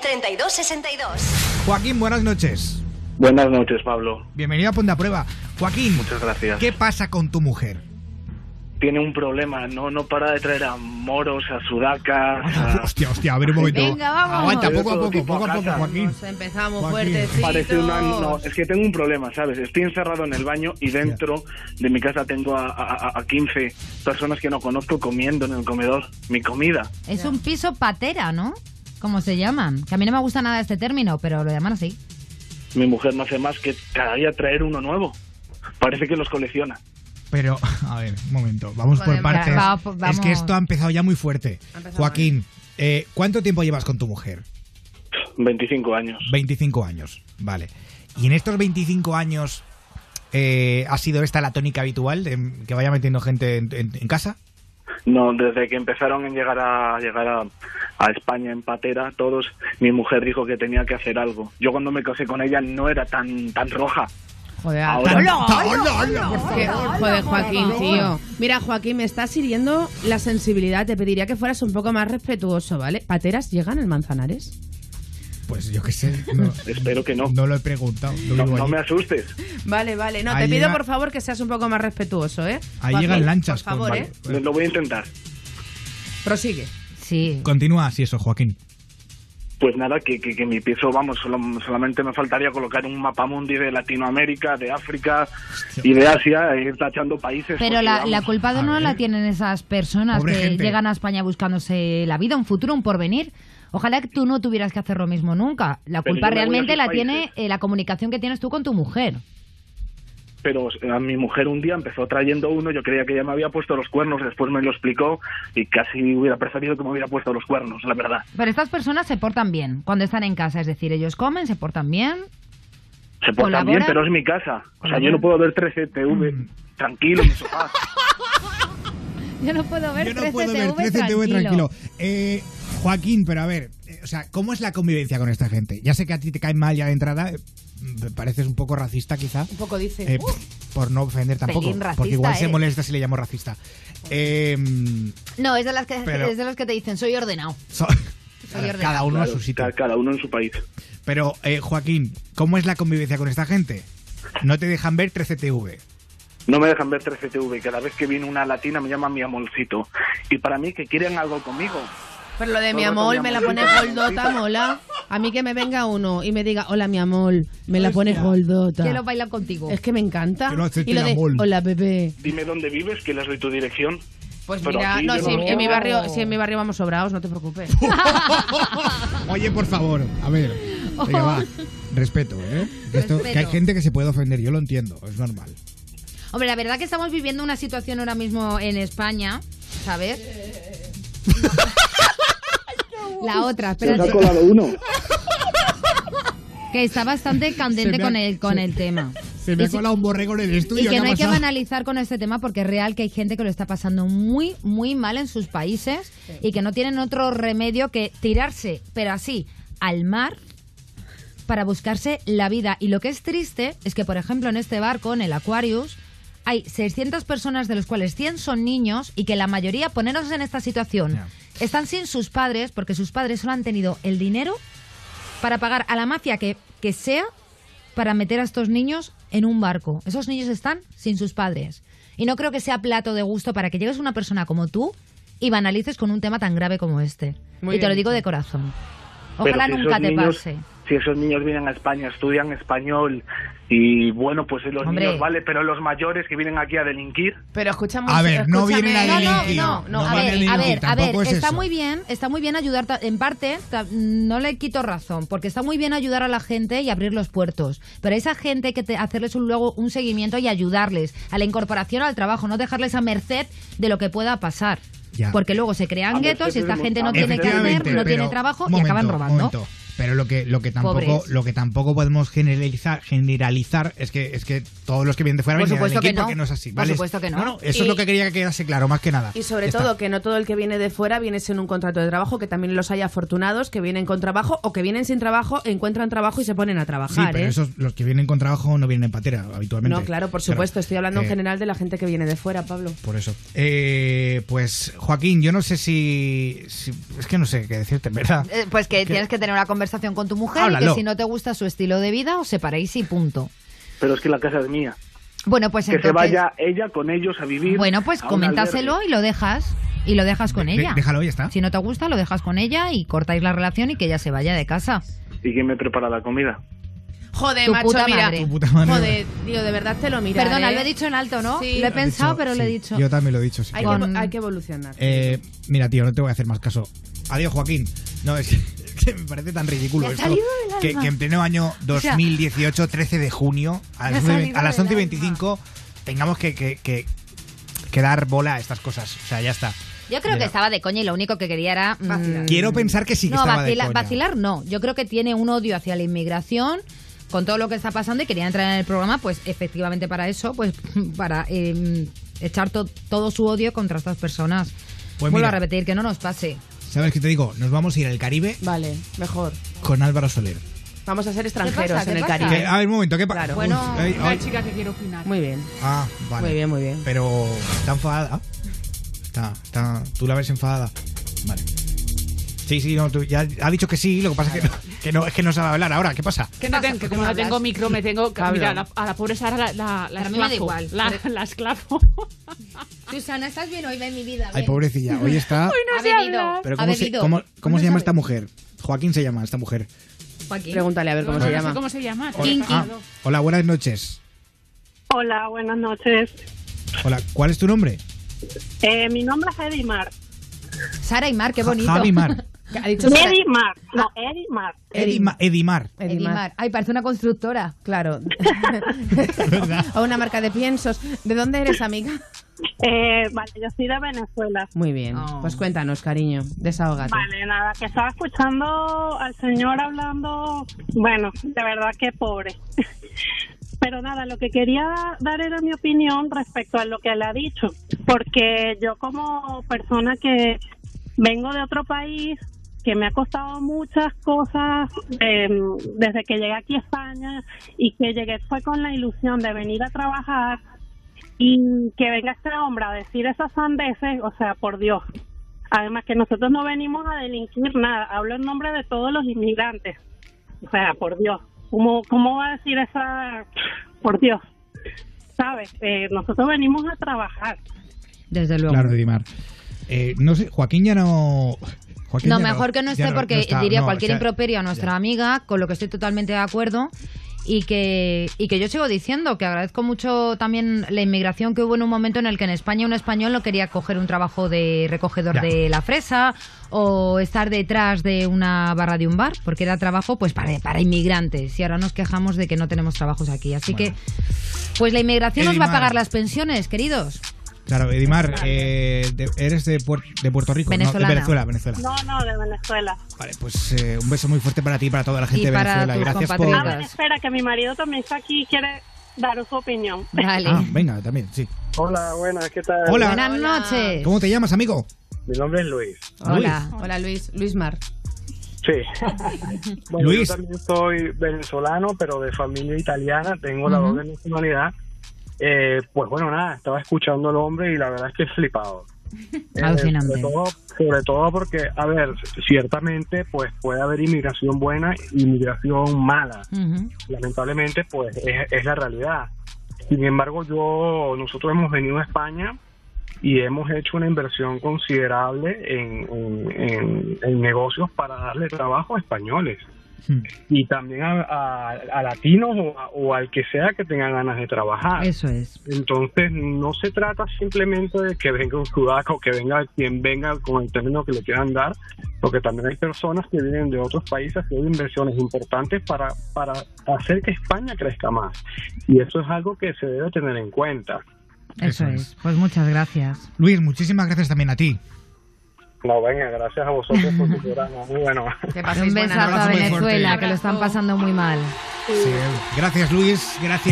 62 62. Joaquín, buenas noches. Buenas noches, Pablo. Bienvenido a Ponte a Prueba. Joaquín, Muchas gracias. ¿qué pasa con tu mujer? Tiene un problema, no no para de traer a moros, a sudacas. a- Hostia, hostia, a ver un momento. Venga, vamos. Aguanta, Pero poco a Ah. todo poco, tipo poco a a poco, casa. Joaquín. Nos empezamos Joaquín. fuertecitos. Parece una. No, es que tengo un problema, ¿sabes? Estoy encerrado en el baño y dentro de mi casa tengo a, a, a- a 15 personas que no conozco comiendo en el comedor mi comida. Es un piso patera, ¿no? Como se llaman. Que a mí no me gusta nada este término, pero lo llaman así. Mi mujer no hace más que cada día traer uno nuevo. Parece que los colecciona. Pero, a ver, un momento, vamos por Podemos- partes. Va, va, vamos. Es que esto ha empezado ya muy fuerte. Ha empezado Joaquín, eh, ¿cuánto tiempo llevas con tu mujer? 25 años. 25 años, vale. ¿Y en estos 25 años eh, ha sido esta la tónica habitual, de que vaya metiendo gente en, en- en casa? No, desde que empezaron en llegar a llegar a, a España en patera, todos, mi mujer dijo que tenía que hacer algo. Yo cuando me casé con ella no era tan tan roja. Joder, Ahora- tan- ¡Hola, Ta- hola, hola, por favor. Que- joder, Joaquín, tío. Mira, Joaquín, me estás hiriendo la sensibilidad. Te pediría que fueras un poco más respetuoso, ¿vale? ¿Pateras llegan al Manzanares? Pues yo qué sé. no- Espero que no. No lo he preguntado. lo No, digo no allí. me asustes. Vale, vale. No, Ahí te llega- pido, por favor, que seas un poco más respetuoso, ¿eh? Ahí Joaquín, llegan lanchas Por con- favor, ¿eh? Vale. Lo voy a intentar. Prosigue. Sí. Continúa así eso, Joaquín. Pues nada, que, que, que mi piso, vamos, solo- solamente me faltaría colocar un mapamundi de Latinoamérica, de África y de Asia, e ir tachando países. Pero porque, la, vamos, la culpa a de no ver. la tienen esas personas Pobre que gente. llegan a España buscándose la vida, un futuro, un porvenir. Ojalá que tú no tuvieras que hacer lo mismo nunca. La Pero yo me voy culpa a realmente sus la países. tiene eh, la comunicación que tienes tú con tu mujer. Pero eh, a mi mujer un día empezó trayendo uno, yo creía que ya me había puesto los cuernos, después me lo explicó y casi hubiera preferido que me hubiera puesto los cuernos, la verdad. Pero estas personas se portan bien cuando están en casa. Es decir, ellos comen, se portan bien. Se portan ¿Colaboran? bien, pero es mi casa. O sea, ¿Colaboran? yo no puedo ver 13 TV Mm. tranquilo en mi sofá. Yo no puedo ver Yo no puedo ver 13 TV tranquilo. Eh, Joaquín, pero a ver, eh, o sea, ¿cómo es la convivencia con esta gente? Ya sé que a ti te cae mal ya de entrada, eh, me pareces un poco racista quizá, Un poco dice. eh, por no ofender tampoco, Pelín racista porque igual se eres. molesta si le llamo racista. Eh, No, es de, las que, Pero- es de los que te dicen, soy ordenado. so- ordenado. cada uno a Claro, su sitio. ca- Cada uno en su país. Pero, eh, Joaquín, ¿cómo es la convivencia con esta gente? No te dejan ver 13 TV. No me dejan ver 13 TV. Cada vez que viene una latina me llama mi amorcito. Y para mí que quieren algo conmigo. Pero lo de mi Todo amor con mi me la amor. pone Goldota, mola. A mí que me venga uno y me diga, hola, mi amor, me la pone Goldota. Quiero bailar contigo. Es que me encanta. Quiero hacerte Y lo el de, amor. hola, bebé. Dime dónde vives, que les doy tu dirección. Pues Pero mira, aquí no, yo si, no- en mi barrio, si en mi barrio vamos sobrados, no te preocupes. Oye, por favor, a ver. Venga, va. Respeto, ¿eh? Esto- que hay Respeto. gente que se puede ofender, yo lo entiendo, es normal. Hombre, la verdad que estamos viviendo una situación ahora mismo en España, ¿sabes? La otra, espérate, colado uno. que está bastante Se candente me ha- con el con se- el tema. Se me Y ha si- colado un borrego en el estudio. Y que ¿qué ha no hay que pasado? banalizar con este tema porque es real que hay gente que lo está pasando muy, muy mal en sus países y que no tienen otro remedio que tirarse, pero así, al mar para buscarse la vida. Y lo que es triste es que, por ejemplo, en este barco, en el Aquarius, hay 600 personas de los cuales 100 son niños y que la mayoría, poneros en esta situación, Ya. están sin sus padres porque sus padres solo han tenido el dinero para pagar a la mafia que, que sea para meter a estos niños en un barco. Esos niños están sin sus padres. Y no creo que sea plato de gusto para que llegues una persona como tú y banalices con un tema tan grave como este. Muy y te lo bien digo dicho. de corazón. Ojalá nunca te pase. Si esos niños vienen a España, estudian español y bueno, pues los Hombre. niños vale, pero los mayores que vienen aquí a delinquir, Pero escuchamos. A ver, no vienen a delinquir. No, no, no. No a ver, vienen a ni ver, nada, a ver, tampoco es está eso. muy bien, está muy bien ayudar, ta- en parte, ta- no le quito razón, porque está muy bien ayudar a la gente y abrir los puertos, pero a esa gente hay que te- hacerles un, luego un seguimiento y ayudarles a la incorporación al trabajo, no dejarles a merced de lo que pueda pasar. Ya. Porque luego se crean A guetos merced y esta de- gente no a tiene que comer, Efectivamente, no tiene pero- trabajo y momento, acaban robando. momento. Pero lo que, lo que tampoco, Pobres. lo que tampoco podemos generalizar, generalizar es que es que todos los que vienen de fuera Por vienen a supuesto que delinquir no. porque no es así. Por ¿vale? supuesto que no. eso es Y- lo que quería que quedase claro, más que nada. Y sobre Ya está. todo que no todo el que viene de fuera viene sin un contrato de trabajo, que también los hay afortunados que vienen con trabajo o que vienen sin trabajo, encuentran trabajo y se ponen a Sí, trabajar, pero ¿eh? esos, los que vienen con trabajo no vienen en patera habitualmente. No, claro, por supuesto, estoy hablando Eh, en general de la gente que viene de fuera, Pablo. Por eso. Eh, pues, Joaquín, yo no sé si, si- Es que no sé qué decirte, en ¿verdad? Eh, Eh, Pues que tienes que tener una conversación con tu mujer y Háblalo. que si no te gusta su estilo de vida, os separéis y punto. Pero es que la casa es mía. Bueno, pues Que entonces. se vaya ella con ellos a vivir. Bueno, pues a un coméntaselo albergue. y lo dejas. Y lo dejas con De- ella. déjalo, ya está. Si no te gusta, lo dejas con ella y cortáis la relación y que ella se vaya de casa. ¿Y quién me prepara la comida? Joder, Tu macho, puta mira. madre. Tu puta madre. Joder, tío, de verdad te lo mira. Perdona, lo he dicho en alto, ¿no? Sí. Lo he Lo has pensado, Dicho, pero sí, lo he dicho. Yo también lo he dicho, sí. Hay, claro. Con- que, hay que evolucionar. Eh, mira, tío, no te voy a hacer más caso. Adiós, Joaquín. No, es que me parece tan ridículo Me ha esto. salido del Que, alma. que en pleno año sea, 2018, 13 de junio, a me ha las, 11 salido a las del 11 y 25, tengamos que, que- que- que dar bola a estas cosas. O sea, ya está. Yo creo que Mira, estaba de coña y lo único que quería era. mm, Vacilar. Quiero pensar que sí que no, estaba de vacila- coña. vacilar no. Yo creo que tiene un odio hacia la inmigración con todo lo que está pasando y quería entrar en el programa, pues efectivamente para eso, pues para eh, echar to- todo su odio contra estas personas. Pues Vuelvo mira. a repetir, que no nos pase. ¿Sabes qué te digo? Nos vamos a ir al Caribe Vale, mejor. con Álvaro Soler. Vamos a ser extranjeros pasa? en ¿Qué el pasa? Caribe. Que- a ver, un momento, ¿qué pasa? Claro. Bueno, Una chica que quiere opinar. Muy bien. ah, vale. Muy bien, muy bien. Pero está enfadada. Está, está. Tú la ves enfadada. Vale. Sí, sí, no, tú ya ha dicho que sí, lo que pasa es que no, que no- es que no sabe hablar ahora. ¿Qué pasa? Que, no tengo, que como no hablas? tengo micro, me tengo que. Habla. Mira, la- a la pobre Sara la, la, la A mí me da esclavo. igual. La, la esclavo. Susana, ¿estás bien hoy? Ven mi vida. Ay, pobrecilla, hoy está. ha bebido. Pero ha ¿cómo se, bebido. cómo- cómo No se llama sabe. esta mujer? Joaquín se llama esta mujer. Joaquín. Pregúntale a ver cómo No, se no llama. sé cómo se llama. Hola, Kinky. ah, hola, buenas noches. Hola, buenas noches. Hola, ¿cuál es tu nombre? Eh, mi nombre es Edimar. Sara y Mar, qué Ja- bonito. Javi Mar. Ha dicho Sara- Edimar, no, Edimar. Edimar. Edimar. Edimar. Edimar. Ay, parece una constructora. Claro. o una marca de piensos. ¿De dónde eres, amiga? Eh, vale, yo soy de Venezuela. Muy bien. Oh. Pues cuéntanos, cariño. Desahógate. Vale, nada, que estaba escuchando al señor hablando, bueno, de verdad que pobre. Pero nada, lo que quería dar era mi opinión respecto a lo que él ha dicho, porque yo como persona que vengo de otro país, que me ha costado muchas cosas eh, desde que llegué aquí a España y que llegué fue con la ilusión de venir a trabajar y que venga este hombre a decir esas sandeces, o sea, por Dios. Además que nosotros no venimos a delinquir nada, hablo en nombre de todos los inmigrantes. O sea, por Dios, ¿cómo, cómo va a decir esa? Por Dios, ¿sabes? Eh, nosotros venimos a trabajar. Desde luego. Claro, Edimar. Eh, no sé, Joaquín ya no. Joaquín No, ya mejor que no ya esté porque no está, diría no, cualquier o sea, improperio a nuestra ya. amiga, con lo que estoy totalmente de acuerdo. Y que, y que yo sigo diciendo que agradezco mucho también la inmigración que hubo en un momento en el que en España un español no quería coger un trabajo de recogedor Ya. de la fresa o estar detrás de una barra de un bar, porque era trabajo pues para, para inmigrantes. Y ahora nos quejamos de que no tenemos trabajos aquí. Así Bueno. que, pues la inmigración nos va a Elimar. pagar las pensiones, queridos. Claro, Edimar, eh, de- eres de, Puer- de Puerto Rico, no, de Venezolana. Venezuela, Venezuela. No, no, de Venezuela. Vale, pues eh, un beso muy fuerte para ti y para toda la gente Y de para Venezuela. tus Gracias por. Ah, compatriotas. bueno, espera, que mi marido también está aquí y quiere dar su opinión. Vale. Ah, venga, también, sí. Hola, buenas, ¿qué tal? Hola. Buenas noches. ¿Cómo te llamas, amigo? Mi nombre es Luis. Hola. Hola, Luis. Luis Mar. Sí. bueno, Luis. Yo también soy venezolano, pero de familia italiana, tengo la Ujú. doble nacionalidad. Eh, pues bueno, nada, estaba escuchando al hombre y la verdad es que he flipado. Eh, Alucinante. sobre, todo, sobre todo porque, a ver, ciertamente pues puede haber inmigración buena y inmigración mala. Ujú. lamentablemente pues es, es la realidad. Sin embargo, yo nosotros hemos venido a España y hemos hecho una inversión considerable en, en- en- en negocios para darle trabajo a españoles Hmm. y también a, a- a latinos o, a- o al que sea que tenga ganas de Ah. trabajar. Eso es. Entonces, no se trata simplemente de que venga un sudaco o que venga quien venga con el término que le quieran dar, porque también hay personas que vienen de otros países que hay inversiones importantes para, para hacer que España crezca más. Y eso es algo que se debe tener en cuenta. Eso, Eso es. es. Pues muchas gracias. Luis, muchísimas gracias también a ti. No, venga, gracias a vosotros por su programa. Muy bueno. Que Un paséis buena besazo a abrazo muy fuerte. Venezuela, que lo están Abrazo. pasando muy mal. Sí, Gracias, Luis. Gracias.